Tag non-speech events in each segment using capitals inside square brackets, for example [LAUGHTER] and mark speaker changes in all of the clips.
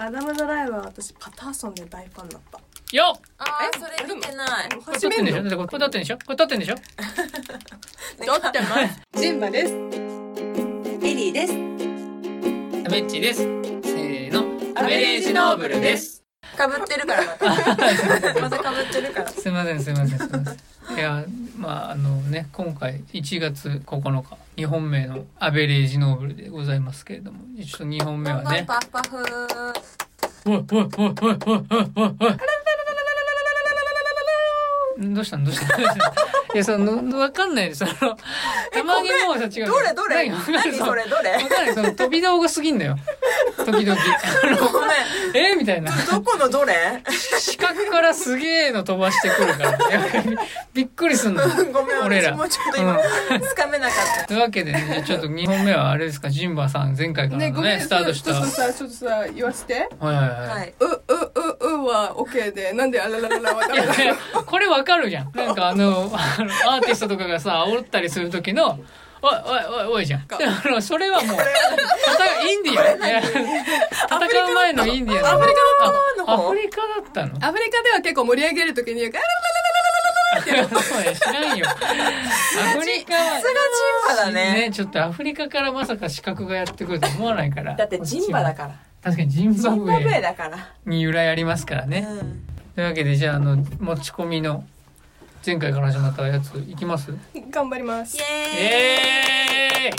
Speaker 1: アダム・ザ・ライは私パターソンで大ファンだった
Speaker 2: よっ
Speaker 3: あ
Speaker 1: え
Speaker 3: ー、それ見て [LAUGHS] ない。
Speaker 2: これ撮ってんでしょこれ撮ってんでしょこれ撮ってんでしょ
Speaker 3: 撮って [LAUGHS] ます。
Speaker 1: ジンバです
Speaker 3: エリーです。
Speaker 2: アベッチですせーのアベレージノーブルです
Speaker 3: かぶってるからまた。 [LAUGHS] またかぶってるから。
Speaker 2: すいませんすいませんすいま [LAUGHS] せんいやまああのね今回1月9日日本名のアベレージノーブルでございますけれどもちょっと2本目はね
Speaker 3: パフパフパフ。
Speaker 2: おいおいおいおいおいおいおいどうしたのどうしたの [LAUGHS] どうしたのいやそのわかんないですそのたまにもうさ違う
Speaker 3: どれどれ
Speaker 2: 何
Speaker 3: 何それ
Speaker 2: [LAUGHS]
Speaker 3: どれ
Speaker 2: わかんない、その飛び道具すぎんだよ。時
Speaker 3: [LAUGHS]
Speaker 2: 々。
Speaker 3: ごめん。
Speaker 2: えみたいな。
Speaker 3: どこのどれ
Speaker 2: 視覚からすげえの飛ばしてくるから。やっぱりびっくりすんの。
Speaker 3: ごめん、
Speaker 2: 俺
Speaker 3: 私
Speaker 2: ら。
Speaker 3: もうちょっと
Speaker 2: う
Speaker 3: 今
Speaker 2: ん、
Speaker 3: つかめなかった。
Speaker 2: というわけでね、ちょっと2本目はあれですか、ジンバさん前回からのね、スタートした。
Speaker 1: ちょっ
Speaker 2: は
Speaker 1: と
Speaker 2: い
Speaker 1: さちょっとさ言わして
Speaker 2: はいは。
Speaker 3: はいい。
Speaker 1: ううううは OK でなんであららららわか
Speaker 2: い
Speaker 1: らない
Speaker 2: やいやこれわかるじゃん。なんかあの、あのアーティストとかがさ、煽ったりする時の、おいおいおいおいじゃん。であの、それはもう、戦うインディアン。いや戦う前のインディアン。
Speaker 1: アフリ
Speaker 3: カだったの
Speaker 2: あアフリカだったの
Speaker 1: [LAUGHS] アフリカでは結構盛り上げるときにあらら
Speaker 2: [LAUGHS] そうや知らんよ。アフリカは
Speaker 3: さすがジンバだね。
Speaker 2: ね、ちょっとアフリカからまさか視覚がやってくると思わないから。
Speaker 3: だってジンバだから。
Speaker 2: 確かにジン
Speaker 3: ジ
Speaker 2: バ
Speaker 3: ン
Speaker 2: ブ
Speaker 3: バブエ
Speaker 2: エ
Speaker 3: だから。
Speaker 2: に由来ありますから
Speaker 3: う
Speaker 2: ね。
Speaker 3: ん。
Speaker 2: というわけで、じゃあ、あの、持ち込みの、前回から始まったやつ、いきます
Speaker 1: 頑張ります
Speaker 3: イエーイ
Speaker 2: え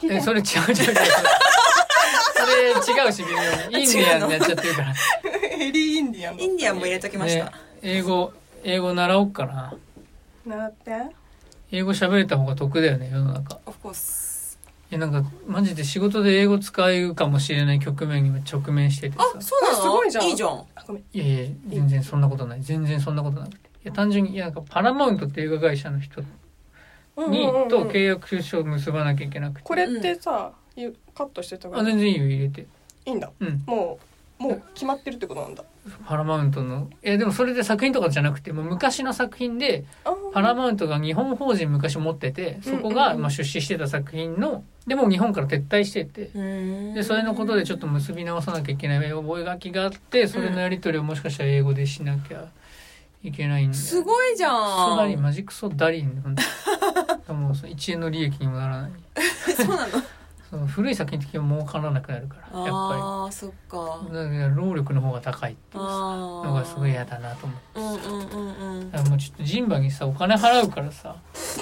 Speaker 1: 聞い
Speaker 2: ー
Speaker 1: て
Speaker 2: え、それ違う違う違う。それ違うし、微
Speaker 1: [LAUGHS]
Speaker 2: 妙に。インディアンになっちゃってるから。
Speaker 1: エリー・インディアン
Speaker 3: インディアンも入れときました
Speaker 2: ね。英語、英語習おうかな。
Speaker 1: 習って
Speaker 2: 英語喋れた方が得だよね、世の中。
Speaker 1: オフコース
Speaker 2: いやなんかマジで仕事で英語使うかもしれない局面に今直面しててさ
Speaker 3: あ、そうなの
Speaker 1: えすごいじゃん
Speaker 3: いいじゃん。
Speaker 1: あごめん
Speaker 2: いやいや全然そんなことない全然そんなことなくていや単純にいやなんかパラマウントって映画会社の人に
Speaker 1: うんうんうんうん
Speaker 2: と契約書を結ばなきゃいけなくて
Speaker 1: これってさゆカットしてたか
Speaker 2: あ
Speaker 1: らい
Speaker 2: 全然いいよ入れて
Speaker 1: いんだ
Speaker 2: うん
Speaker 1: もうもう決まってるってことなんだ
Speaker 2: パラマウントのいやでもそれで作品とかじゃなくてもう昔の作品で
Speaker 1: あ
Speaker 2: パ
Speaker 1: ー
Speaker 2: ラマウントが日本法人昔持っててそこ
Speaker 1: うんうん
Speaker 2: が
Speaker 1: うん
Speaker 2: まあ出資してた作品のでもう日本から撤退しててで
Speaker 3: で
Speaker 2: それのことでちょっと結び直さなきゃいけない覚書があってそれのやり取りをもしかしたら英語でしなきゃいけないんで、
Speaker 3: すごいじゃ
Speaker 2: クソダリン
Speaker 3: ん。
Speaker 2: マジクソダリン本当にもうその1円の利益にもならない
Speaker 3: そうなの。
Speaker 2: その古い作品的には儲からなくなるからやっぱ
Speaker 3: ああー、そっか。
Speaker 2: りだから労力の方が高いっていうさ
Speaker 3: ああ。
Speaker 2: のがすごい嫌だなと思って
Speaker 3: うんうんうんうん
Speaker 2: だ。からもうちょっとジンバにさお金払うからさち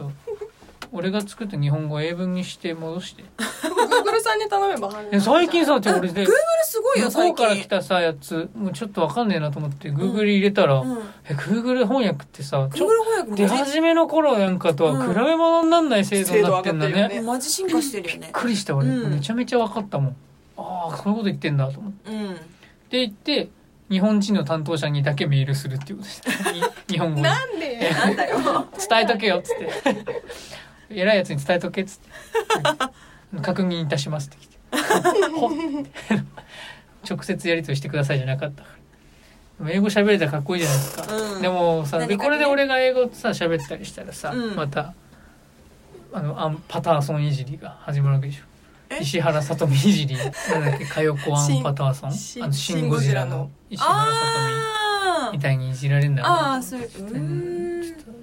Speaker 2: ょっと俺が作った日本語を英文にして戻して
Speaker 1: Google さんに頼めば
Speaker 2: え最近さって俺
Speaker 3: え
Speaker 2: で
Speaker 3: Google すごいよ
Speaker 2: 向こ
Speaker 3: 最
Speaker 2: うから来
Speaker 3: 近。
Speaker 2: たさやつもうちょっとわかんねえなと思ってグーグル入れたら、
Speaker 3: うん。
Speaker 2: えグーグル翻訳ってさちょ
Speaker 3: Google 翻訳
Speaker 2: 出
Speaker 3: マジ
Speaker 2: 始めの頃なんかとは比べ物になんない精度になってんだ
Speaker 1: 精度上がってる
Speaker 2: ね,、
Speaker 1: よ
Speaker 2: び
Speaker 1: ね
Speaker 2: っ
Speaker 3: マジ進化してるよね。
Speaker 2: くりした俺、
Speaker 3: うん
Speaker 2: めちゃめちゃ分かったもんああそういうこと言ってんだと思って
Speaker 3: うん。
Speaker 2: で言って日本人の担当者にだけメールするっていうことしたに日本語で
Speaker 1: なんで
Speaker 3: なんだよ。
Speaker 2: 伝えとけよっつって
Speaker 3: [LAUGHS]
Speaker 2: 偉いやつに伝えとけっつって
Speaker 3: [LAUGHS]
Speaker 2: 確認いたしますって来てほっ [LAUGHS] 直接やり取りしてくださいじゃなかったからでも英語喋れたらかっこいいじゃないですか、
Speaker 3: うん
Speaker 2: でもさ
Speaker 3: 何
Speaker 2: で
Speaker 3: かね
Speaker 2: これで俺が英語さ喋ったりしたらさ、
Speaker 3: うん
Speaker 2: またあのアンパターソンいじりが始まるわけでしょ
Speaker 3: え
Speaker 2: 石原さとみいじりなんだっけかよこアンパターソ
Speaker 1: シン
Speaker 2: ンあのシ
Speaker 1: シン
Speaker 2: ン・ゴジ
Speaker 1: ゴ
Speaker 2: ラ
Speaker 1: ジラ
Speaker 2: の
Speaker 1: の
Speaker 2: 石原さとみ
Speaker 3: ああ
Speaker 2: み。たいにいじられるんだろうな
Speaker 3: ああ、それ。うー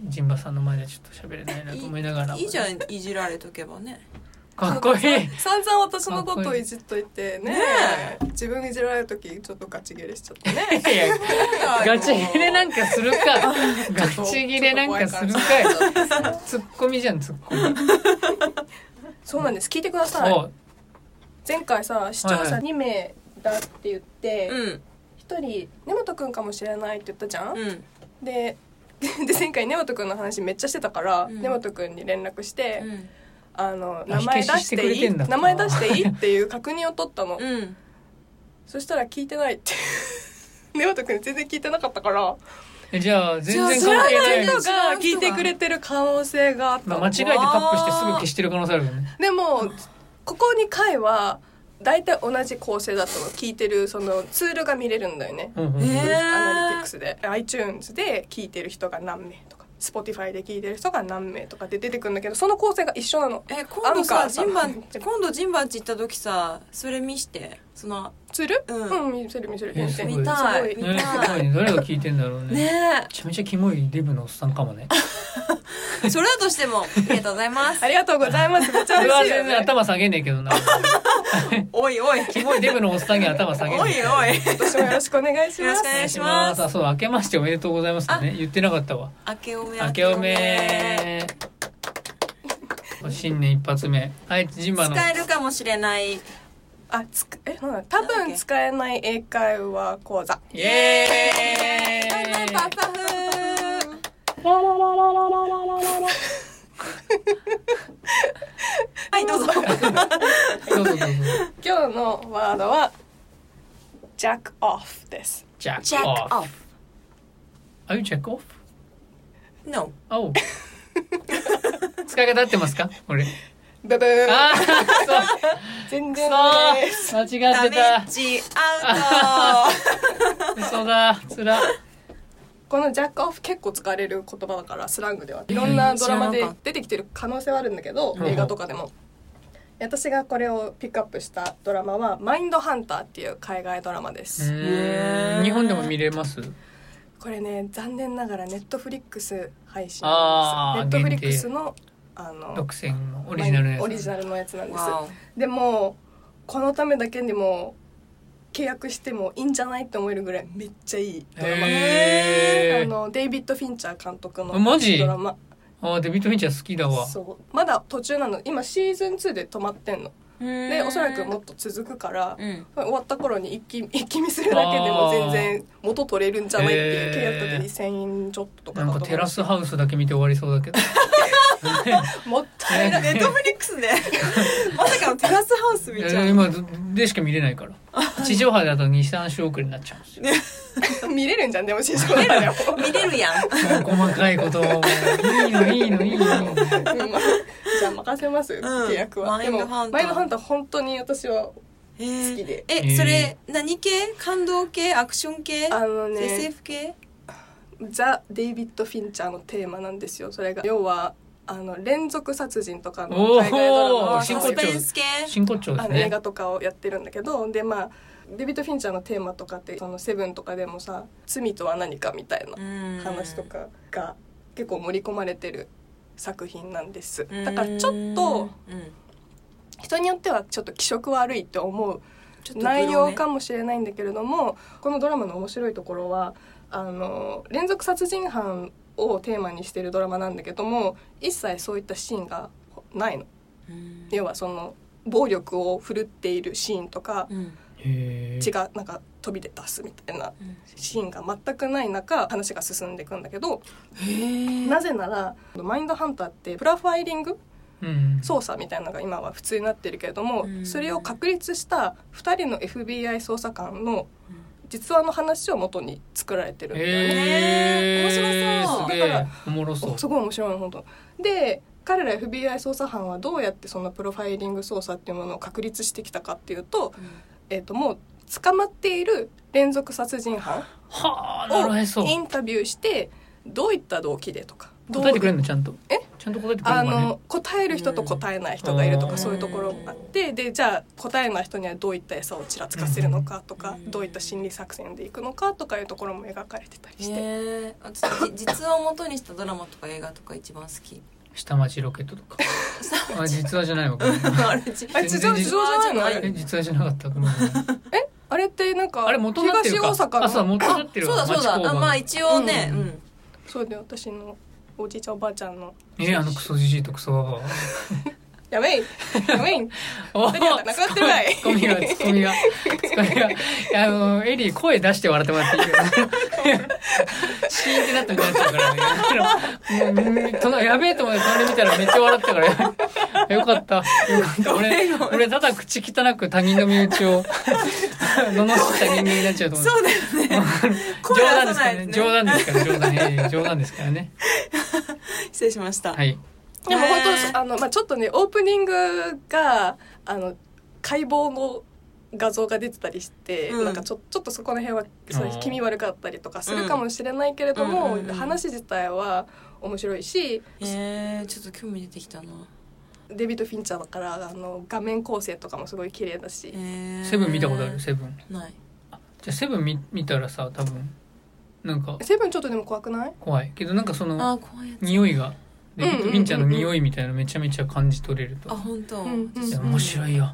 Speaker 3: ん。
Speaker 2: ジンバさんの前ではちょっと喋れないなと思いながらも
Speaker 3: いいじゃんいじられとけばね。
Speaker 2: かっこいい
Speaker 1: [LAUGHS] 散々私のことをいじっといてね
Speaker 3: ね
Speaker 1: 自分いじられる時ちょっとガチギレしちゃってね
Speaker 2: いや
Speaker 1: [LAUGHS]
Speaker 2: ガチギレなんかするかガチギレなんかするかいツッコミじゃんツッコミ
Speaker 1: そうなんです聞いてください
Speaker 2: そう
Speaker 1: 前回さ視聴
Speaker 2: はい
Speaker 1: 者
Speaker 2: はい
Speaker 1: 2名だって言って
Speaker 3: うん
Speaker 1: 一人根本くんかもしれないって言ったじゃん
Speaker 3: うん
Speaker 1: で [LAUGHS] で前回根本くんの話めっちゃしてたから、
Speaker 3: うん
Speaker 1: 根本くんに連絡して、
Speaker 3: うん
Speaker 1: あの
Speaker 2: あ
Speaker 1: 名前出してい
Speaker 2: 火消ししてくれて
Speaker 1: い
Speaker 2: んだ
Speaker 1: 名前出していいっていう確認を取ったの、
Speaker 3: うん。
Speaker 1: そしたら聞いてないって [LAUGHS] 根本くん全然聞いてなかったから
Speaker 2: えじゃあ全然
Speaker 3: じゃあ
Speaker 2: 関係
Speaker 3: え
Speaker 2: な
Speaker 3: ー
Speaker 2: い
Speaker 3: それは
Speaker 1: 人が聞いてくれてる可能性があった
Speaker 2: ま
Speaker 1: の、
Speaker 2: あ、間違えてタップしてすぐ消してる可能性あるよね
Speaker 1: でもここ2回は大体同じ構成だったの聞いてるそのツールが見れるんだよね
Speaker 2: うんうんうん
Speaker 3: えー
Speaker 1: アナリティクスで iTunes で聞いてる人が何名とか Spotify で聞いてる人が何名とかって出てくるんだけどその構成が一緒なの
Speaker 3: え今度
Speaker 1: アンカ
Speaker 3: さ
Speaker 1: ーさ
Speaker 3: ジンバン今度ジンバンチ行った時さそれ見してその
Speaker 1: する
Speaker 3: うん
Speaker 1: うん、見せる見せる
Speaker 2: え
Speaker 1: 見せる
Speaker 2: すごい
Speaker 3: 見たい
Speaker 1: す
Speaker 3: 見
Speaker 1: ご
Speaker 2: ねえす
Speaker 3: た
Speaker 2: ご
Speaker 3: い
Speaker 2: いね誰が聞いてんだろうねめ
Speaker 3: ね
Speaker 2: ちゃめちゃキモいデブのおっさんかもね
Speaker 3: えそれだとしてもありがとうございます
Speaker 1: ありがとうございますめっちゃ
Speaker 2: 俺は
Speaker 1: 嬉しいよ
Speaker 2: 全然
Speaker 1: ね
Speaker 2: 頭下げねえけどな
Speaker 3: [LAUGHS] おいおい
Speaker 2: キモいデブのおっさんに頭下げね
Speaker 3: [LAUGHS] おいお [LAUGHS]
Speaker 2: え
Speaker 3: い
Speaker 1: 今年もよろしくお願いし
Speaker 3: よろ
Speaker 1: ま
Speaker 3: し
Speaker 1: す
Speaker 3: くお願いします
Speaker 2: あそう明けましておめでとうございますね言ってなかったわ
Speaker 3: 明けおめ
Speaker 2: 明けおめ新年一発目はいジンバの
Speaker 3: 使えるかもしれない
Speaker 1: [LAUGHS] あつくえなんだ多分使えない英会話講座
Speaker 2: イエ
Speaker 3: バイバイパ
Speaker 2: ー
Speaker 3: フパフ [LAUGHS] はいどうぞ
Speaker 2: イどうぞどうぞ
Speaker 1: [LAUGHS] 今日のワードはジャックオフです
Speaker 2: ジャ
Speaker 3: チ
Speaker 2: ッ
Speaker 3: ェ
Speaker 2: ク
Speaker 3: ック
Speaker 2: オ
Speaker 3: オ
Speaker 2: フ
Speaker 3: フ
Speaker 2: Are you jack off?
Speaker 3: No
Speaker 2: Oh 使い方合ってますか俺
Speaker 1: ブブー
Speaker 2: あーそう
Speaker 1: 全
Speaker 2: く
Speaker 1: 然ダメです
Speaker 2: そー間
Speaker 3: ダ
Speaker 2: 違っ
Speaker 3: メ
Speaker 2: てた
Speaker 3: ッジアウ
Speaker 2: 嘘だつら
Speaker 1: このジャックオフ結構使われる言葉だからスラングではいろんなドラマ
Speaker 3: 知
Speaker 1: で
Speaker 3: らなかっ
Speaker 1: 出てきてる可能性はあるんだけど
Speaker 2: うん
Speaker 1: 映画とかでも私がこれをピックアップしたドラマは「マインドハンター」っていう海外ドラマです
Speaker 3: へー
Speaker 2: 日本でも見れます
Speaker 1: これね残念ながらネットフリックス配信
Speaker 2: あ
Speaker 1: な
Speaker 2: ー
Speaker 1: んですネットフリックスのあの
Speaker 2: 独占のオリジナルのやつ
Speaker 1: オリジナルのやつなん
Speaker 3: ト
Speaker 1: です
Speaker 3: [LAUGHS] わ
Speaker 1: でもこのためだけにも契約してもいいんじゃないって思えるぐらいめっちゃいいドラマ
Speaker 2: へ
Speaker 1: あ
Speaker 2: ー
Speaker 1: のデイビッド・フィンチャー監督の
Speaker 2: マジ
Speaker 1: ドラマ
Speaker 2: あーデビッド・フィンチャー好きだわ
Speaker 1: そうまだ途中なの今シーズン2で止まってんの
Speaker 3: お
Speaker 1: でおそらくもっと続くから
Speaker 3: うん
Speaker 1: 終わった頃に一気 [LAUGHS] 一気見するだけでも全然元取れるんじゃないっていう契約だと2000円ちょっととかだ
Speaker 2: なん
Speaker 1: と思
Speaker 2: か
Speaker 1: う
Speaker 2: テラスハウスだけ見て終わりそうだけど
Speaker 1: もった
Speaker 2: [LAUGHS]
Speaker 1: いない
Speaker 3: ネットフリックスでまさかのテラスハウス
Speaker 2: い
Speaker 3: 見ちゃ
Speaker 2: や
Speaker 3: う
Speaker 2: 今でしか見れないから
Speaker 3: [LAUGHS]
Speaker 2: 地上波だと23週遅れになっちゃうんですよ
Speaker 1: 見れるんじゃんでも新商品だよ
Speaker 3: 見れるや [LAUGHS] ん
Speaker 2: 細かいことをもういいのいいのいいの
Speaker 1: うんまあ [LAUGHS] じゃあ任せます、契約は
Speaker 3: マ
Speaker 1: で
Speaker 3: インド
Speaker 1: も
Speaker 3: ハンタ
Speaker 1: マ
Speaker 3: ー
Speaker 1: インドハンター本当に私は好
Speaker 3: 好
Speaker 1: きで
Speaker 3: え
Speaker 2: えー
Speaker 3: それ何系感動系アクション系
Speaker 1: あのね
Speaker 3: SF 系
Speaker 1: ザ・デイビッド・フィンチャーのテーマなんですよそれが要はあの連続殺人とかの海外ドラマ
Speaker 2: お
Speaker 1: の
Speaker 2: ー [LAUGHS]
Speaker 3: サ
Speaker 2: 真骨
Speaker 3: ス
Speaker 2: 頂
Speaker 3: ペンス系
Speaker 2: 真骨頂で
Speaker 1: あ
Speaker 2: す
Speaker 1: の映
Speaker 2: ね
Speaker 1: 画とかをやってるんだけどでまあデビッド・フィンチャーのテーマとかって「そのセブンとかでもさ罪とは何かみたいな話とかが結構盛り込まれてる作品なんです
Speaker 3: うん
Speaker 1: だからちょっと
Speaker 3: うん
Speaker 1: 人によってはちょっと気色悪いって思う
Speaker 3: ちょっとグロね
Speaker 1: 内容かもしれないんだけれどもこのドラマの面白いところはあの連続殺人犯をテーマにしてるドラマなんだけども一切そういったシーンがないの
Speaker 3: うん
Speaker 1: 要はその暴力を振るっているシーンとか
Speaker 3: うん
Speaker 2: へ
Speaker 1: 血がなんか飛び出すみたいな
Speaker 3: うん
Speaker 1: シーンが全くない中話が進んでいくんだけど
Speaker 3: へ
Speaker 1: なぜならマインドハンターってプラファイリング
Speaker 2: うん
Speaker 1: 捜査みたいなのが今は普通になってるけれども、
Speaker 3: うん
Speaker 1: それを確立した2人の FBI 捜査官の実話の話を元に作られてるんだよね、
Speaker 2: へ
Speaker 3: ね面白そう
Speaker 2: すげ
Speaker 1: だ
Speaker 2: え
Speaker 1: か
Speaker 2: おもろそう
Speaker 1: すごい面白いの本当で彼ら FBI 捜査班はどうやってそのプロファイリング捜査っていうものを確立してきたかっていうと,、えー、ともう捕まっている連続殺人犯
Speaker 2: はあなるへそ
Speaker 1: をインタビューしてどういった動機でとかどう
Speaker 2: 答えてくれるのちゃんと
Speaker 1: え
Speaker 2: ちゃんと答えてくれ
Speaker 1: あ
Speaker 2: るのかね
Speaker 1: の答える人と答えない人がいると
Speaker 2: う
Speaker 1: か
Speaker 2: ん
Speaker 1: そういうところがあってでじゃあ答えない人にはどういった餌をちらつかせるのかとか
Speaker 3: うん
Speaker 1: どういった心理作戦でいくのかとかいうところも描かれてたりして
Speaker 3: え私じ実話を元にしたドラマとか映画とか一番好き
Speaker 2: 下町ロケットと
Speaker 3: [LAUGHS]
Speaker 2: かあ実話じゃないわごめん
Speaker 3: あれじ
Speaker 1: あれ地上
Speaker 2: 全然
Speaker 1: 地上じゃないのあ
Speaker 2: え
Speaker 1: れ
Speaker 2: 実話じゃなかったごめん
Speaker 1: あれってなんか
Speaker 2: あれ元になってるか
Speaker 1: 東大阪の
Speaker 2: あそう元になってる
Speaker 3: そうだそうだあまあ一応ね
Speaker 2: うん
Speaker 3: うん
Speaker 1: そうだよ私のおじいちゃんおばあちゃんの
Speaker 2: えあのクソじじいとクソババ
Speaker 3: [LAUGHS]
Speaker 2: ア
Speaker 1: やめいやめ
Speaker 2: [LAUGHS]
Speaker 1: い
Speaker 2: お
Speaker 1: 二人は仲良くない
Speaker 2: ツッコミ
Speaker 1: [LAUGHS]
Speaker 2: がツッコミがツッコミがいやあのエリー声出して笑ってもらっていいよシーンってなったみたいになっちゃうからねもううん隣やべえと思って隣見たらめっちゃ笑ってたからよかったよかった俺俺ただ口汚く他人の身内を罵った人間になっちゃうと思う
Speaker 3: そうだよね
Speaker 2: 冗
Speaker 3: 声出
Speaker 2: 談で
Speaker 3: さ
Speaker 2: すから
Speaker 3: ないや
Speaker 2: ね
Speaker 3: つ
Speaker 2: 冗談ですから冗談いやいや冗談ですからね
Speaker 3: 失礼しました
Speaker 2: はい
Speaker 1: でも本
Speaker 3: へー
Speaker 1: 当あのまあちょっとねオープニングがあの解剖の画像が出てたりして、
Speaker 3: うん
Speaker 1: なんかちょちょっとそこの辺はそう
Speaker 2: うん
Speaker 1: 気味悪かったりとかするかもしれないけれども、
Speaker 3: うんうんうんうん
Speaker 1: 話自体は面白いし
Speaker 3: えー、ちょっと興味出てきたな
Speaker 1: デビッド・フィンチャーだからあの画面構成とかもすごい綺麗だし、
Speaker 3: えー、
Speaker 2: セブン見たことあるセブン
Speaker 3: ない
Speaker 2: じゃあセブン見見たらさ多分なんか
Speaker 1: セブンちょっとでも怖くない
Speaker 2: 怖いけどなんかその
Speaker 3: あー怖いやつ
Speaker 2: 匂いがデビッド・
Speaker 1: うんうんうんうん
Speaker 2: フィンチャーの匂いみたいなのめちゃめちゃ感じ取れると
Speaker 3: あ本当、
Speaker 1: うんうん
Speaker 2: いや面白いよ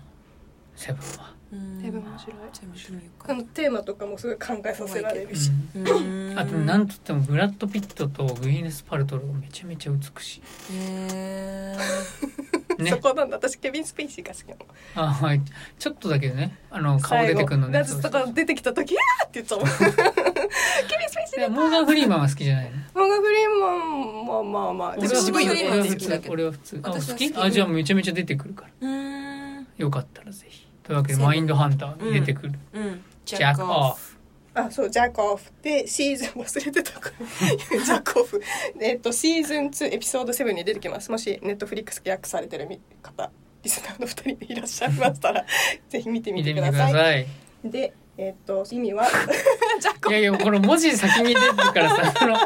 Speaker 2: セブンは、
Speaker 3: うん
Speaker 1: セブン面白い
Speaker 3: じゃあ見てみよう
Speaker 1: あ
Speaker 3: か
Speaker 1: のテーマとかもすごい考えさせられるし、
Speaker 2: う
Speaker 3: うん
Speaker 2: ん、あとなんといってもブラッド・ピットとグイネス・パルトローがめちゃめちゃ美し
Speaker 3: えー、
Speaker 2: い
Speaker 1: そ
Speaker 2: ね
Speaker 1: こなんだ私ケビン・スペイシーが好きなの
Speaker 2: あはいちょっとだけどねあの顔出てくるのね
Speaker 1: 最後だってだから出てきた時「あー!」って言っ
Speaker 2: [LAUGHS]
Speaker 1: ちゃうもんケビン・スペイシー
Speaker 2: い
Speaker 1: だ
Speaker 2: やモーガン・フリーマンは好きじゃないの
Speaker 1: モーガン・フリーマンもまあまあまあ
Speaker 2: 俺は
Speaker 3: 私
Speaker 1: 渋いよ
Speaker 3: モーガンフリーマン好
Speaker 1: ね
Speaker 3: きだけど
Speaker 2: 俺は普通あ
Speaker 3: 私は
Speaker 2: 好
Speaker 3: 好き
Speaker 2: きあじゃあめちゃめちゃ出てくるから
Speaker 3: うーん
Speaker 2: よかったらぜひというわけでマインドハンター出てくる、
Speaker 3: うん
Speaker 2: ジャックオフ
Speaker 1: あそうジャックオフでシーズン忘れてたから [LAUGHS] ジャックオフえっとシーズン2エピソード7に出てきますもしネットフリックス契約されてる方リスナーの2人でいらっしゃいましたら [LAUGHS] ぜひ見てみ
Speaker 2: 見
Speaker 1: て
Speaker 2: て
Speaker 1: く
Speaker 2: みて
Speaker 1: だ
Speaker 2: くだ
Speaker 1: さい
Speaker 2: さい
Speaker 1: でえっ、と意味は [LAUGHS] ジャックオフ
Speaker 2: いやいやこの文字先に出てるからさこの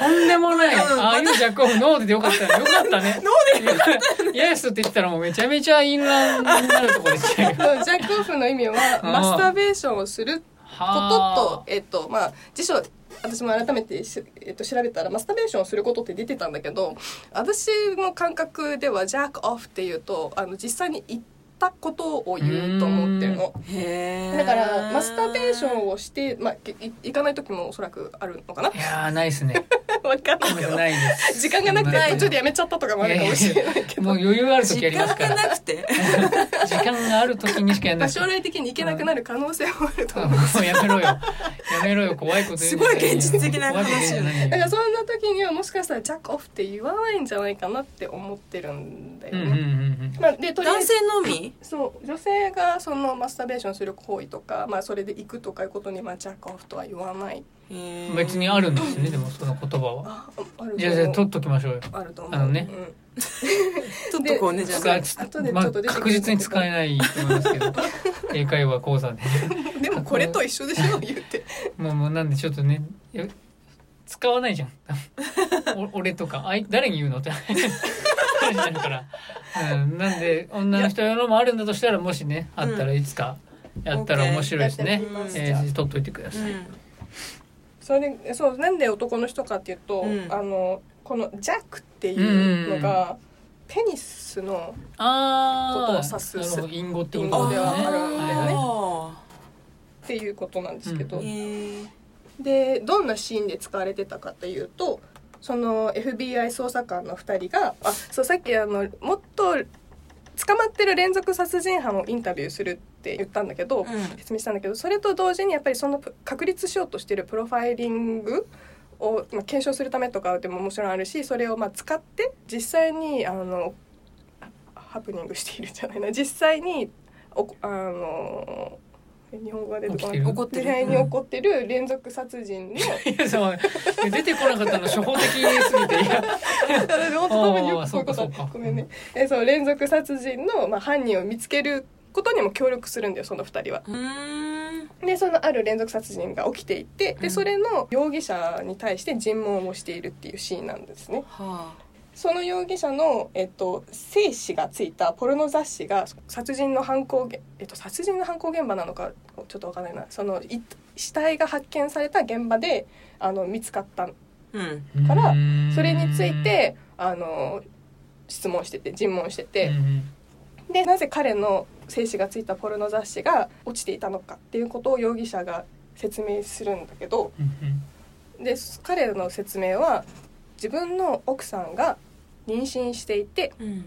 Speaker 2: とんでもない、ああいうジャックオフノーでてよかったねよかったねノーでイエスって言ったらもうめちゃめちゃインランになるとこでしたよ
Speaker 1: のジャックオフの意味は
Speaker 2: うん
Speaker 1: マスターベーションをすること
Speaker 2: は
Speaker 1: とえっ、とまあ辞書私も改めてし、えっと調べたらマスターベーションをすることって出てたんだけど私の感覚ではジャックオフっていうとあの実際に言ったことを言うと思ってるの。
Speaker 3: へー
Speaker 1: だからマスターベーションをして、まあ、いい行かない時もおそらくあるのかな [LAUGHS]
Speaker 2: いやーないですね
Speaker 1: わかんないけど
Speaker 2: ないです
Speaker 1: 時間がなくて途中でやめちゃったとかもあるかもしれないけど
Speaker 2: もう余裕ある時あ
Speaker 3: 時
Speaker 2: ります
Speaker 3: 間
Speaker 2: か
Speaker 3: が
Speaker 2: ら
Speaker 3: なくて
Speaker 2: 時間がある時にしかやん
Speaker 1: ま
Speaker 2: な
Speaker 1: あ
Speaker 2: い
Speaker 1: 将来的に行けなくなる可能性もあると思う
Speaker 2: もうやめろよやめろよ怖いこと言うの
Speaker 3: すごい現実的な話よね
Speaker 1: だからそんな時にはもしかしたらジャックオフって言わないんじゃないかなって思ってるんだよ
Speaker 2: う
Speaker 1: ね。
Speaker 2: んうんうんうん
Speaker 1: まあ、でとりあえ
Speaker 3: 男
Speaker 1: ず
Speaker 3: 性のみ
Speaker 1: そう女性がそのマスターベーションする行為とか、まあ、それで行くとかいうことに、まあ、ジャックオフとは言わない
Speaker 2: 別にあるんですよねでもその言葉は
Speaker 1: あある
Speaker 2: じゃあじゃあ
Speaker 1: と
Speaker 2: 取っときましょうよ
Speaker 1: あると思う
Speaker 2: あのね
Speaker 1: うん
Speaker 3: ちょっとこうねじゃ
Speaker 2: 使
Speaker 3: あ
Speaker 2: えちょっ
Speaker 1: 後でちょ
Speaker 2: とま
Speaker 1: っ
Speaker 2: あ
Speaker 1: と出てくる
Speaker 2: 確実に使えないと思いますけど英会話講座で
Speaker 1: [LAUGHS] でもこれと一緒でしょ言 [LAUGHS] って
Speaker 2: もうもうなんでちょっとねいや使わないじゃんお [LAUGHS] 俺とかあい誰に言うのって話になるから、うん、なんで女の人用のもあるんだとしたらもしねあったらいつかやったら面白いですね
Speaker 1: うん OK やってみます、
Speaker 2: えー、取っといてください、
Speaker 1: それでそうなんで男の人かっていうと、
Speaker 3: うん
Speaker 1: あのこのジャックっていうのが、ペニスの
Speaker 2: ああ
Speaker 1: ことを指す
Speaker 2: なるほど隠語ってこ
Speaker 1: 隠
Speaker 2: と
Speaker 1: 語
Speaker 2: だ
Speaker 1: で
Speaker 2: よ
Speaker 1: はあ
Speaker 2: ね
Speaker 1: るんだよね。
Speaker 3: あ
Speaker 1: っていうことなんですけど、
Speaker 2: う
Speaker 3: ーへー
Speaker 1: でどんなシーンで使われてたかというとその FBI 捜査官の2人があそうさっきあのもっと捕まってる連続殺人犯をインタビューするって言ったんだけど、
Speaker 3: うん
Speaker 1: 説明したんだけどそれと同時にやっぱりそのプ確立しようとしてるプロファイリングを、まあ、検証するためとかでももちろんあるしそれをまあ使って実際にあのハプニングしているんじゃないな実際におこあの日本語が出てこない
Speaker 2: 起きてる
Speaker 3: 怒って
Speaker 1: 出
Speaker 3: る
Speaker 1: 会いに起こってる連続殺人の
Speaker 2: いやそう出てこなかったの初歩的すぎていや
Speaker 1: 本当多分よくこういうこ
Speaker 2: そうかそう
Speaker 1: と
Speaker 2: か
Speaker 1: ごめんねえそう連続殺人の、まあ、犯人を見つけることにも協力するんだよその2人は。
Speaker 3: うーん
Speaker 1: でそのある連続殺人が起きていて
Speaker 2: う
Speaker 1: で
Speaker 2: ん
Speaker 1: それの容疑者に対して尋問をしているっていうシーンなんですね。
Speaker 3: は
Speaker 1: その容疑者の、えっと、精子がついたポルノ雑誌が殺人の犯行げ、えっと、殺人の犯行現場なのかちょっとわかんないなそのい死体が発見された現場であの見つかった
Speaker 3: あうん
Speaker 1: からそれについてあの質問してて尋問して
Speaker 2: うんう
Speaker 1: て、
Speaker 2: ん
Speaker 1: でなぜ彼の精子がついたポルノ雑誌が落ちていたのかっていうことを容疑者が説明するんだけど、
Speaker 2: うん
Speaker 1: で彼の説明は自分の奥さんが妊娠していて
Speaker 3: うん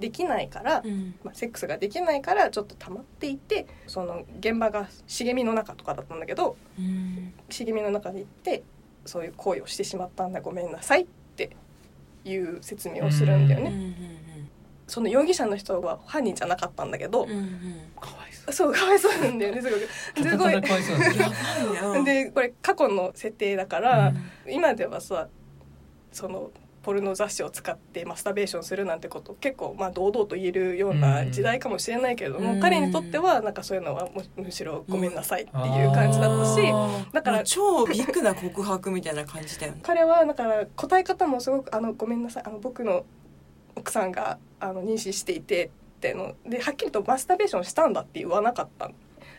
Speaker 1: できないから、
Speaker 3: うん
Speaker 1: まあ、セックスができないからちょっと溜まっていてその現場が茂みの中とかだったんだけど
Speaker 3: うん
Speaker 1: 茂みの中に行ってそういう行為をしてしまったんだごめんなさいっていう説明をするんだよ
Speaker 3: うんう
Speaker 1: ね。
Speaker 3: ん
Speaker 1: その容疑者の人は犯人じゃなかったんだけど、
Speaker 3: うんうん
Speaker 2: かわいそう
Speaker 1: そうかわいそうなんだよねすごく。すご
Speaker 3: [LAUGHS]
Speaker 2: ただか
Speaker 1: い
Speaker 2: わい
Speaker 1: [LAUGHS]
Speaker 2: そうなんだよ
Speaker 3: うん
Speaker 1: でこれ過去の設定だから、
Speaker 2: うん
Speaker 1: 今ではさそのポルノ雑誌を使ってマスターベーションするなんてこと結構まあ堂々と言えるような時代かもしれないけれども、
Speaker 3: うん
Speaker 1: 彼にとってはなんかそういうのはむむしろごめんなさいっていう感じだったし、だから
Speaker 3: 超ビッグな告白みたいな感じだよね
Speaker 1: 彼はだから答え方もすごく「あのごめんなさいあの僕の奥さんがあの妊娠していて」ってのではっきりとマスターベーションしたんだって言わなかった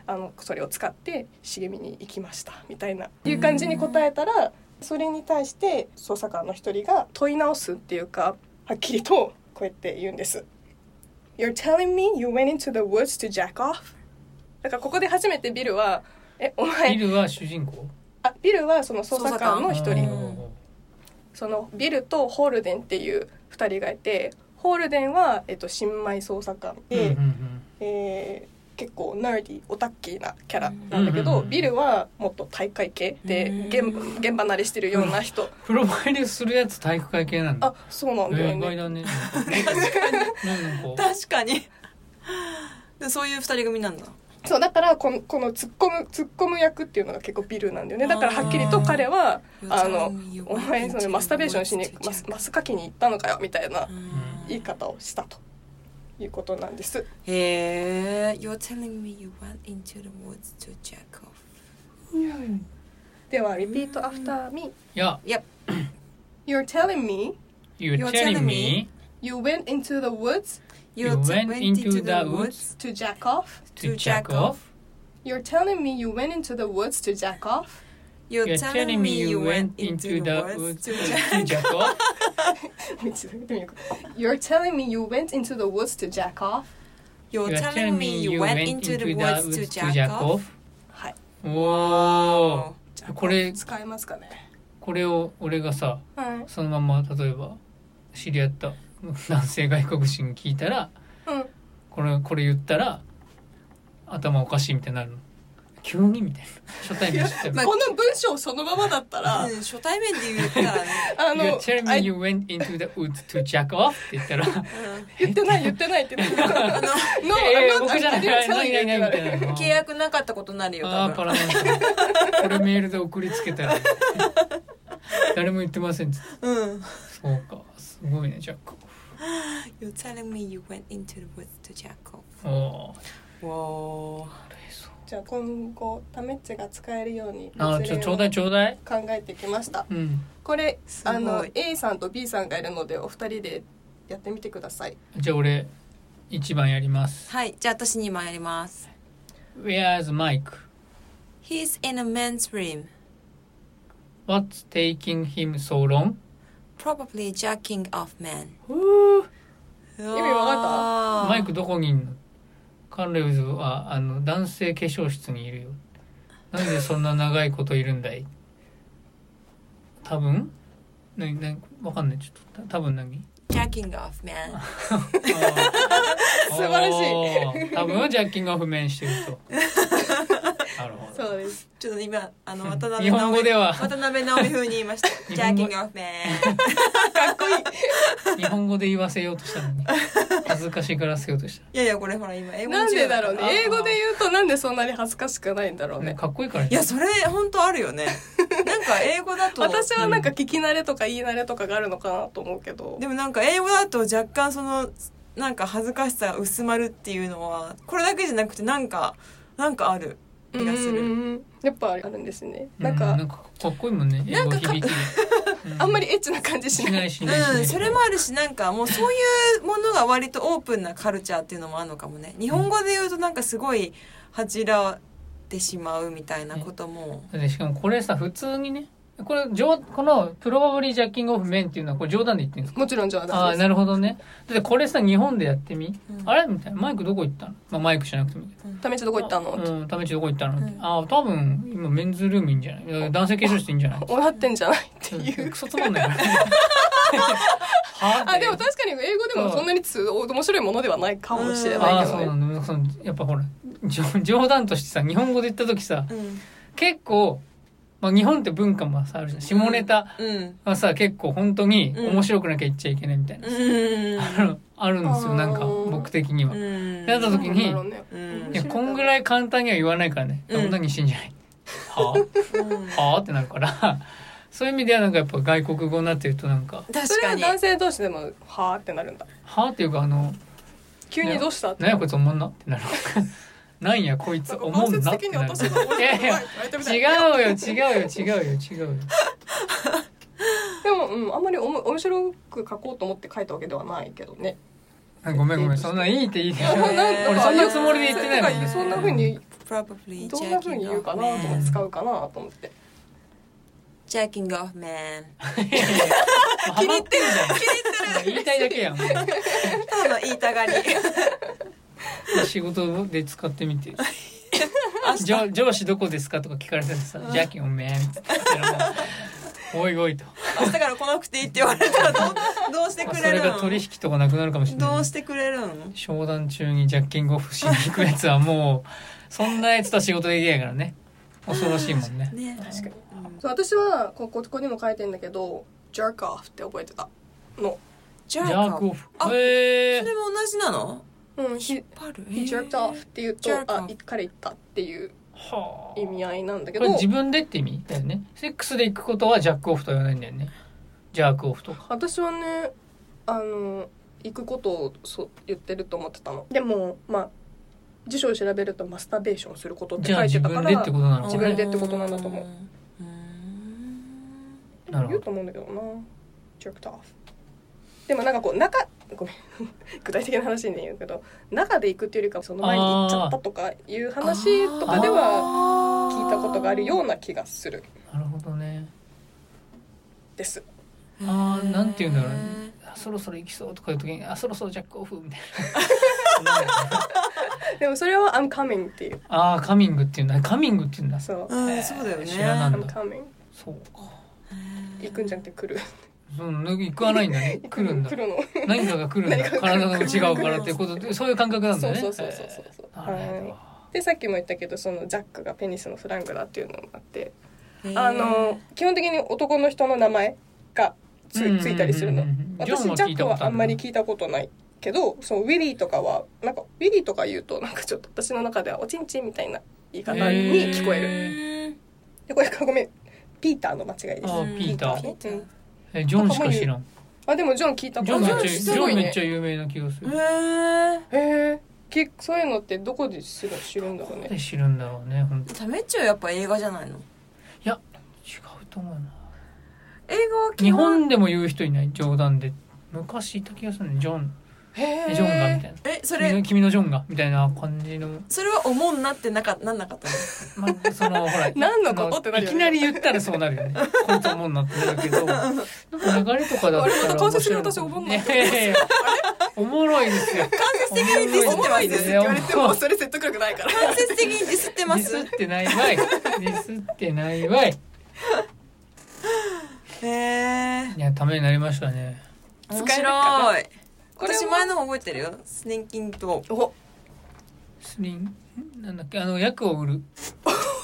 Speaker 1: あのそれを使って茂みに行きましたみたいないう感じに答えたらそれに対して捜査官の一人が問い直すっていうかはっきりとこうやって言うんです。You're telling me you went into the woods to jack off? だからここで初めてビルは「えお
Speaker 2: ビ
Speaker 1: 前
Speaker 2: ルは主人公
Speaker 1: あビルはその捜査官の一
Speaker 3: う
Speaker 1: 人
Speaker 3: ん
Speaker 1: そのビルとホールデンっていう2人がいてホールデンは、えっと、新米捜査官で、えー結構ナーディオタッキーなキャラなんだけ
Speaker 2: うんうん
Speaker 1: ど、
Speaker 2: うんうん
Speaker 1: ビルはもっと大会系で
Speaker 3: うん
Speaker 1: 現現場慣れしてるような人、
Speaker 2: プロファイルするやつ体育会系なんだ
Speaker 1: あそうなんだ
Speaker 2: え
Speaker 1: よ
Speaker 2: 意
Speaker 1: ね、
Speaker 2: 外だねなんか
Speaker 3: 確かにでそういう二人組なんだ
Speaker 1: そうだからこのこの突っ込む突っ込む役っていうのが結構ビルなんだよねだからはっきりと彼はあの「お前そのマスターベーションしにマスマス書きに行ったのかよ」みたいな言い方をしたということなんです。
Speaker 3: へえ You're telling me you went into the woods to jack off
Speaker 1: では repeat after me
Speaker 2: いや
Speaker 3: Yep
Speaker 1: You're telling me
Speaker 2: You're
Speaker 3: You're
Speaker 2: telling me
Speaker 3: telling me
Speaker 1: you went into the woods
Speaker 2: You went into the woods
Speaker 1: to jack off?
Speaker 2: to
Speaker 3: to
Speaker 2: jack
Speaker 3: jack
Speaker 2: off
Speaker 1: You're telling me you went into the woods to jack off? [LAUGHS]
Speaker 3: You're telling me you went into the woods to jack
Speaker 2: [LAUGHS] to jack off
Speaker 1: You're telling me you went into the woods to jack off?
Speaker 3: You're telling me you went into the woods to jack off
Speaker 1: はい。
Speaker 2: おおーこれ
Speaker 1: 使えますかね
Speaker 2: これを俺がさ
Speaker 1: はい。
Speaker 2: そのまま例えば知り合った男性外国人に聞いたら
Speaker 1: うん。
Speaker 2: これこれ言ったら頭おかしいみたいになるの急にみたいな初対面して
Speaker 3: まあ
Speaker 1: この文章そのままだった
Speaker 2: [LAUGHS]
Speaker 1: ら、
Speaker 3: うん初対面で言ったらね
Speaker 1: あの
Speaker 2: You're telling
Speaker 1: あ
Speaker 2: me you went into the woods to jack off って言ったら
Speaker 1: 言ってない言ってないってなる。no, [LAUGHS]
Speaker 2: [LAUGHS]
Speaker 3: あ
Speaker 1: I'm
Speaker 3: の
Speaker 1: not-
Speaker 2: えー僕じゃない
Speaker 1: I'm telling you
Speaker 2: ないないないみた
Speaker 1: って
Speaker 2: い
Speaker 1: る
Speaker 2: な
Speaker 3: 契約なかったことになるよ
Speaker 2: ああ
Speaker 3: 多
Speaker 2: ーパ
Speaker 3: 分
Speaker 2: ラメータこれメールで送りつけたら [LAUGHS] 誰も言ってませんっつって
Speaker 3: うん
Speaker 2: そうかすごいねジャック
Speaker 3: You're telling me you went into the woods to jack off
Speaker 2: おお
Speaker 3: わ
Speaker 1: じゃあ今後タメッチが使えるように
Speaker 2: あーちょちょうだいちょうだい
Speaker 1: 考えてきました。
Speaker 2: うん
Speaker 1: これ
Speaker 3: すごい
Speaker 1: あの A さんと B さんがいるのでお二人でやってみてください。
Speaker 2: じゃあ俺一番やります
Speaker 3: はいじゃあ私にもやります
Speaker 2: Where's Mike?
Speaker 3: He's in a men's room
Speaker 2: What's taking him so long?
Speaker 3: probably jacking off men 意味
Speaker 1: 意味わか
Speaker 2: マイクどこにいんのカンレウズはあの男性化粧室にいるよなんでそんな長いこといるんだい多分ななわかんないちょっとた多分何
Speaker 3: jacking off men
Speaker 2: 素晴
Speaker 1: らしい
Speaker 2: 多分ジャッキングオフ面してるとなるほど
Speaker 1: そうです。
Speaker 3: ちょっと今あの
Speaker 2: うん
Speaker 3: 渡辺
Speaker 2: [LAUGHS] 日本語では
Speaker 3: [LAUGHS] 直美渡辺直美風に言いました
Speaker 2: [LAUGHS] 語
Speaker 3: jacking off men
Speaker 2: 日本語で言わせようとしたのに恥ずかしがらせようとし
Speaker 3: いやいやこれほら今英語の
Speaker 1: なん
Speaker 3: 授
Speaker 1: で
Speaker 3: 業
Speaker 1: だろうね
Speaker 3: から。
Speaker 1: 英語で言うとなんでそんなに恥ずかしくないんだろ
Speaker 2: た、
Speaker 1: うね。
Speaker 2: かっこいいからね
Speaker 3: いやそれ本当あるよ
Speaker 1: [LAUGHS]
Speaker 3: ねなんか英語だと
Speaker 1: 私はなんか聞き慣れとか言い慣れとかがあるのかなと思うけど。
Speaker 3: でもなんか英語だと若干そのなんか恥ずかしさが薄まるっていうのはこれだけじゃなくてなんかなんかある気がす
Speaker 1: うんう
Speaker 3: る
Speaker 1: んうんやっぱあるんですね。
Speaker 2: う
Speaker 1: なんか、
Speaker 2: なんかかっこいいもんね英語響き
Speaker 1: [LAUGHS] あんま
Speaker 2: り
Speaker 1: りエッチな感じし
Speaker 2: し
Speaker 1: ない。
Speaker 2: ないし
Speaker 3: う
Speaker 2: ないしない
Speaker 3: ん、それもあるしなんかもうそういうものが割とオープンなカルチャーっていうのもあるのかもね日本語で言うとなんかすごい恥じらってしまうみたいなことも
Speaker 2: でしかもこれさ普通にねこれ冗このプロバブリージャッキングオフメンっていうのはこれ冗談で言ってるんですか
Speaker 1: もちろん冗
Speaker 2: ああ
Speaker 1: 談
Speaker 2: ー
Speaker 1: です。
Speaker 2: なるほどねだってこれさ日本でやってみ、
Speaker 3: うん
Speaker 2: あれみたいなマイクどこ行ったの、まあ、マイクじゃなくてもいいけど
Speaker 1: ためちどこ行ったの、って
Speaker 2: うんタメチどこ行ったの、
Speaker 3: うん
Speaker 2: ああ多分今メンズルームいいんじゃないいや男性化粧室いいんじゃない
Speaker 1: もらってんじゃないって
Speaker 2: うん
Speaker 1: いう。
Speaker 2: クソつまんないからは
Speaker 1: [LAUGHS] あ、でも確かに英語でもそんなにつ面白いものではないかもしれな
Speaker 2: あ
Speaker 1: いけ
Speaker 2: ーそ
Speaker 1: ど
Speaker 2: うな
Speaker 1: ね。
Speaker 2: んだそのやっぱほら冗冗談としてさ日本語で言った時さ
Speaker 3: うん
Speaker 2: 結構、まあ、日本って文化もさあるじゃん下ネタ
Speaker 3: うん
Speaker 2: はさ結構本当に
Speaker 3: うん
Speaker 2: 面白くなきゃ言っちゃいけないみたいな、
Speaker 3: うん
Speaker 2: あのあるんですよなんか
Speaker 1: あー
Speaker 2: 僕的には、い
Speaker 3: うん
Speaker 2: やだと時に
Speaker 1: なんだろうね
Speaker 3: うん
Speaker 2: やこんぐらい簡単には言わないからね
Speaker 3: うん
Speaker 2: 何してんじゃない、はあはあってなるからそういう意味ではなんかやっぱ外国語になってるとなんか
Speaker 1: そ
Speaker 3: 確
Speaker 1: れ
Speaker 3: か
Speaker 1: は
Speaker 3: に
Speaker 1: 男性同士でも「はあ」ってなるんだ
Speaker 2: はあっていうかあの
Speaker 1: 急にどうしたって
Speaker 2: なんやこいつおもんなってなるなんやこいつ
Speaker 1: なんか
Speaker 2: おもんなってなる
Speaker 1: 間接的に私が思い
Speaker 2: いやいや違うよ違うよ違うよ違う
Speaker 1: [LAUGHS]
Speaker 2: よ
Speaker 1: でも、うん、あんまりおも面白く書こうと思って書いたわけではないけどね
Speaker 2: あごめんごめんそんなんいいっていいけど
Speaker 1: いやなんか
Speaker 2: 俺そんなつもりで言ってないもん
Speaker 1: なん
Speaker 2: ね
Speaker 1: かそんな風に
Speaker 3: Probably
Speaker 1: どんな風に言うかなと思って使うかなと思って
Speaker 3: ジャッキングオフメン
Speaker 2: 気に入ってるじゃん言いたいだけやんも
Speaker 3: ただの言いたがり
Speaker 2: う仕事で使ってみて
Speaker 3: 明
Speaker 2: 「上上司どこですか?」とか聞かれたらさ「ジャキおめえ」って言ったらもう「おいおい」と
Speaker 3: 明日から来なくていいって言われたらどうどうして
Speaker 2: まあ
Speaker 3: く
Speaker 2: そ
Speaker 3: れ
Speaker 2: れ
Speaker 3: る
Speaker 2: が取
Speaker 3: の
Speaker 2: 引とかなくなるかもしれない
Speaker 3: どうしてくれるの
Speaker 2: 商談中にジャッキングオフしに行くやつはもうそんなやつとは仕事できないからね恐ろしいも
Speaker 3: [LAUGHS]
Speaker 2: んね
Speaker 3: ね
Speaker 1: 確かに
Speaker 3: うん
Speaker 1: そう私はここここにも書いてんだけど「jerk off」って覚えてたの
Speaker 2: ジ
Speaker 3: ジャ
Speaker 2: ャ
Speaker 3: ー
Speaker 2: ー
Speaker 3: ク
Speaker 2: ク
Speaker 3: オ
Speaker 2: オ
Speaker 3: フ
Speaker 2: フ
Speaker 3: あ
Speaker 2: へ
Speaker 3: そ
Speaker 2: え
Speaker 3: れも同じなの
Speaker 1: うん「he,
Speaker 3: パル
Speaker 1: he jerked off」って言うと
Speaker 3: jerk off
Speaker 1: あい彼言ったっていう
Speaker 2: はあ
Speaker 1: 意味合いなんだけ
Speaker 2: こ
Speaker 1: ど
Speaker 2: れ自分でって意味だよねセックスで行くことはジャックオフとは言わないんだよねジャークオフとか
Speaker 1: 私はねあの行くことをそう言ってると思ってたのでもまあ辞書を調べるとマスターベーションすることって
Speaker 2: じゃ
Speaker 1: 書
Speaker 2: あ
Speaker 1: いて
Speaker 2: 自
Speaker 1: たか
Speaker 2: 分
Speaker 1: ら
Speaker 2: でってことなの
Speaker 1: 自
Speaker 2: か
Speaker 1: 分
Speaker 2: ね
Speaker 1: でってことなんだと思う
Speaker 3: うーん
Speaker 2: なるほ
Speaker 1: 言う
Speaker 2: ど
Speaker 1: と思うんだけどな「jerked off」でもなんかこう中ごめん [LAUGHS] 具体的な話で言うけど中で行くっていうよりかはその前に行っちゃったとかいう話とかでは
Speaker 3: は
Speaker 1: 聞いたことがあるような気がする
Speaker 2: なるほどね
Speaker 1: です
Speaker 2: あーなんて言うんだろうねあそろそろ行きそうとかいう時にあそろそろジャックオフみたい
Speaker 1: [LAUGHS]
Speaker 2: な
Speaker 1: でもそれは「I'm coming」っていう
Speaker 2: ああカミングっていうんだカミングっていうんだ
Speaker 1: そう
Speaker 3: うんそうだよね
Speaker 2: 知ら
Speaker 1: 「
Speaker 2: なん
Speaker 1: I'm
Speaker 2: だ
Speaker 1: coming」
Speaker 2: そうか
Speaker 1: 行くんじゃなくて来る
Speaker 2: うん行くはないんだ
Speaker 1: [LAUGHS]
Speaker 2: ね来るんだ
Speaker 1: 来るの
Speaker 2: 何かが来るんだ
Speaker 1: 何か
Speaker 2: 体
Speaker 1: が
Speaker 2: の
Speaker 1: 来る
Speaker 2: 内側からっていうことでそういう感覚なんだね
Speaker 1: そうそうそうそうそう
Speaker 2: えーなるほど
Speaker 1: でさっきも言ったけどそのジャックがペニスのスラングだっていうのもあって、
Speaker 3: へー
Speaker 1: あの基本的に男の人の名前がつ,、
Speaker 2: うんうんうんうん
Speaker 1: ついたりするの私
Speaker 2: ジョンは
Speaker 1: ジャ
Speaker 2: 聞い
Speaker 1: ッ
Speaker 2: た
Speaker 1: ク
Speaker 2: ことある
Speaker 1: はあんまり聞いたことないけどそのウィリーとかはなんかウィリーとか言うとなんかちょっと私の中ではおちんちんみたいな言い方に聞こえ
Speaker 2: へ
Speaker 1: る
Speaker 2: ー
Speaker 1: でこれごめんピーターの間違いです
Speaker 2: あーピーター
Speaker 1: ピーター
Speaker 2: えジョンしか知らん
Speaker 1: あでもジョン聞いたこ
Speaker 2: ジ
Speaker 1: と
Speaker 2: ョンめっ
Speaker 1: あ
Speaker 2: ちゃ
Speaker 1: る
Speaker 2: ジ
Speaker 1: す
Speaker 2: ョ
Speaker 1: ご
Speaker 2: ン
Speaker 1: い
Speaker 2: めっ
Speaker 1: ね
Speaker 2: ちゃ有名な気がする
Speaker 3: へ
Speaker 1: へえけそういうのってどこで知る知るんだろうね
Speaker 2: で知るんだろうね本当
Speaker 3: えタメっちはやっぱ映画じゃない
Speaker 2: い
Speaker 3: の
Speaker 2: や違うと思うな
Speaker 3: 映画は基
Speaker 2: 日本でも言う人いない冗談で昔いた気がするねジョン
Speaker 1: へえ
Speaker 2: ジョンがみたいな
Speaker 3: えそ
Speaker 2: 君の
Speaker 3: れ
Speaker 2: 君のジョンがみたいな感じの、
Speaker 3: それは思んなってなかなんなかったの
Speaker 2: まあ、そ
Speaker 1: [LAUGHS]
Speaker 2: のほら
Speaker 1: 何のことってなる
Speaker 2: い
Speaker 1: よ
Speaker 2: き
Speaker 1: ね
Speaker 2: なり言ったらそうなるよ
Speaker 1: [LAUGHS]
Speaker 2: ねこいつ思んなってなるけどなんか流れとかだったら
Speaker 1: あれまた間接的に私
Speaker 2: 面白い
Speaker 1: 思んなって
Speaker 2: いやいやいやおもろいですよ間接的に
Speaker 1: おもろい
Speaker 3: デ
Speaker 1: で
Speaker 3: ィス
Speaker 1: すってて
Speaker 3: っ
Speaker 2: 言
Speaker 1: 言
Speaker 2: わ
Speaker 1: われ
Speaker 2: れて
Speaker 1: て
Speaker 2: も
Speaker 1: もそれ説得力ないから
Speaker 3: 間接的にディスってま
Speaker 2: ディ
Speaker 3: す
Speaker 2: スってないわいディスってないわい
Speaker 3: へえ
Speaker 2: いやためになりましたね
Speaker 3: 面
Speaker 1: 使えるか
Speaker 3: 白い
Speaker 1: これは
Speaker 3: 私前のも覚えてるよスネンキンと
Speaker 1: お
Speaker 2: スリンなんだっけあの薬を売る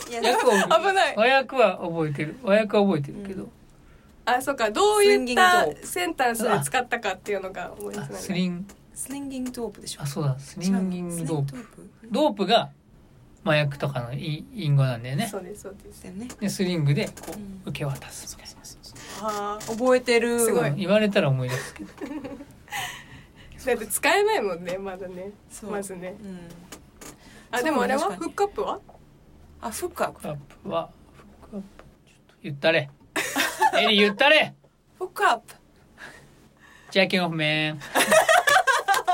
Speaker 3: いや
Speaker 2: 薬
Speaker 1: [LAUGHS]
Speaker 2: を売る
Speaker 1: 危ない
Speaker 2: 和訳は覚えてる和訳は覚えてるけど、
Speaker 1: あそうかどういった
Speaker 3: スリンギング
Speaker 1: センタンスで使ったかっていうのが思い出
Speaker 2: あ
Speaker 1: せない
Speaker 2: スリン
Speaker 3: スリンギングドープでしょ
Speaker 2: あそうだスリンギングドープ
Speaker 3: 違うのスリングドープ
Speaker 2: ドープが麻薬とかのい隠語なんだよね
Speaker 1: そうですそうです
Speaker 3: だよね
Speaker 2: でスリングでこ
Speaker 3: うん
Speaker 2: う受け渡すみたい
Speaker 1: ああ
Speaker 3: 覚えてる
Speaker 1: すご
Speaker 2: な、
Speaker 1: い
Speaker 2: 言われたら思い出すけど
Speaker 1: だって使えないもんねまだね
Speaker 3: そう
Speaker 1: まずね
Speaker 3: うん
Speaker 1: あでもあれは
Speaker 3: そう確か
Speaker 1: フ
Speaker 3: に
Speaker 1: ックアップは
Speaker 3: あフックアップ
Speaker 2: フックアップはフックアップちょっと言ったれエリー言ったれ
Speaker 3: フックアップ
Speaker 2: ジャケンオフメ
Speaker 1: [LAUGHS]
Speaker 2: ン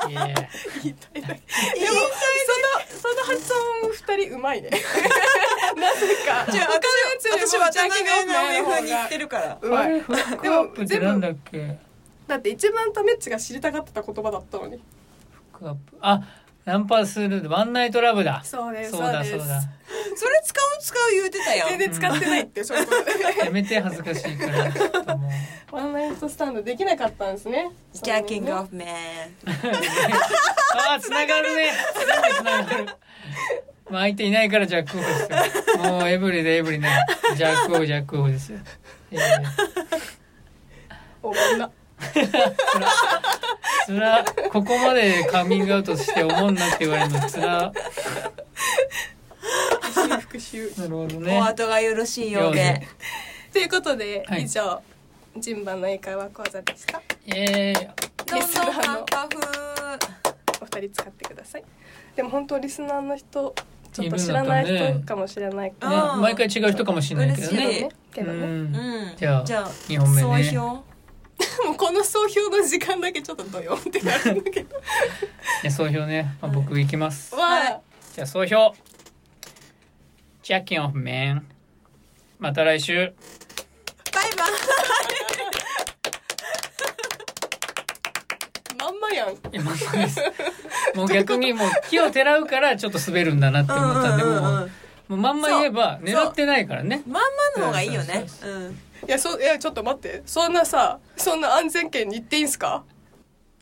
Speaker 2: いや
Speaker 1: でもそのその発音二人うまい
Speaker 3: [LAUGHS]
Speaker 1: ねなぜか
Speaker 3: 違う私私はジャケがオいう風に言ってるから
Speaker 1: う
Speaker 2: あ
Speaker 1: ま
Speaker 2: れ
Speaker 1: い
Speaker 2: フックアップってなんだっけフッ
Speaker 1: だって一番タメッチが知りたかった言葉だったのに
Speaker 2: クアップあナンパするワンナイトラブだ
Speaker 1: そうです
Speaker 2: そうだ
Speaker 1: そ
Speaker 2: そうう
Speaker 1: です
Speaker 2: だ
Speaker 3: [LAUGHS] それ使う使う言うてたやん
Speaker 1: 全然使ってない
Speaker 3: [LAUGHS]
Speaker 1: ってそういうことで
Speaker 2: やめて恥ずかしいからちょっともう
Speaker 1: ワンナイトスタンドできなかったんですね
Speaker 3: ジャーキングオ
Speaker 1: フ
Speaker 3: フメ
Speaker 2: ああ、つながるね。つながる。まあ、相手いないからジャックオフですよ。もうエブリでエブリね。ジャックオフ、ジャックオフですよ。えー
Speaker 1: おもんな
Speaker 2: つら、ここまでカミングアウトして思んなって言われるのつら。
Speaker 1: 復讐復讐
Speaker 2: なるほど
Speaker 3: ンお
Speaker 2: ね。
Speaker 3: 後がよろしいようで
Speaker 1: ということで、
Speaker 2: はい
Speaker 1: 以上人馬の英会話講座でした
Speaker 2: えー、
Speaker 3: どんどんカンパ風
Speaker 1: お二人使ってくださいでも本当リスナーの人ちょっと知らない
Speaker 2: いい文だった
Speaker 1: 人
Speaker 2: ね
Speaker 1: かもしれないから、
Speaker 3: あ
Speaker 2: ね、毎回違う人かもしれないけど
Speaker 3: ー嬉しい
Speaker 2: ね。
Speaker 1: ねけど
Speaker 2: う
Speaker 1: ね、
Speaker 2: ん
Speaker 3: うん
Speaker 2: じゃあ
Speaker 3: じゃあ
Speaker 2: 二本目ね
Speaker 3: 総評
Speaker 1: もうこの総評の時間だけちょっとドヨンってなるんだけ
Speaker 2: [LAUGHS]
Speaker 1: ど
Speaker 2: じゃあ総評ね、まあ、
Speaker 3: はい
Speaker 2: 僕行きます。
Speaker 1: わ
Speaker 2: じゃあ総評。チェッキンオフメン。また来週。
Speaker 3: バイバイ
Speaker 1: あまんまやん
Speaker 2: [LAUGHS] いやまあそうですもう逆にもう木をてらうからちょっと滑るんだなって思ったんで、もう、もうまんま言えば
Speaker 3: うそう
Speaker 2: 狙ってないからね。
Speaker 3: まんまの方がいいよね
Speaker 2: そう
Speaker 3: うん
Speaker 1: いやそいやちょっと待ってそんなさそんな安全圏に行っていいんすか
Speaker 3: [LAUGHS]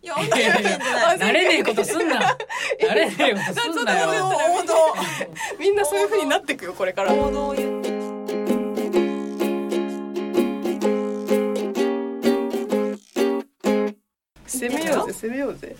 Speaker 3: いや、あんたやってんじゃない
Speaker 1: 安全圏
Speaker 2: 慣れねえことすん [LAUGHS] な。慣れねえことすんな
Speaker 1: そう
Speaker 2: よ。
Speaker 1: そう
Speaker 3: 王道
Speaker 1: みんなそういう風になってくよこれから
Speaker 3: 王道言って
Speaker 1: 攻めようぜ攻めようぜ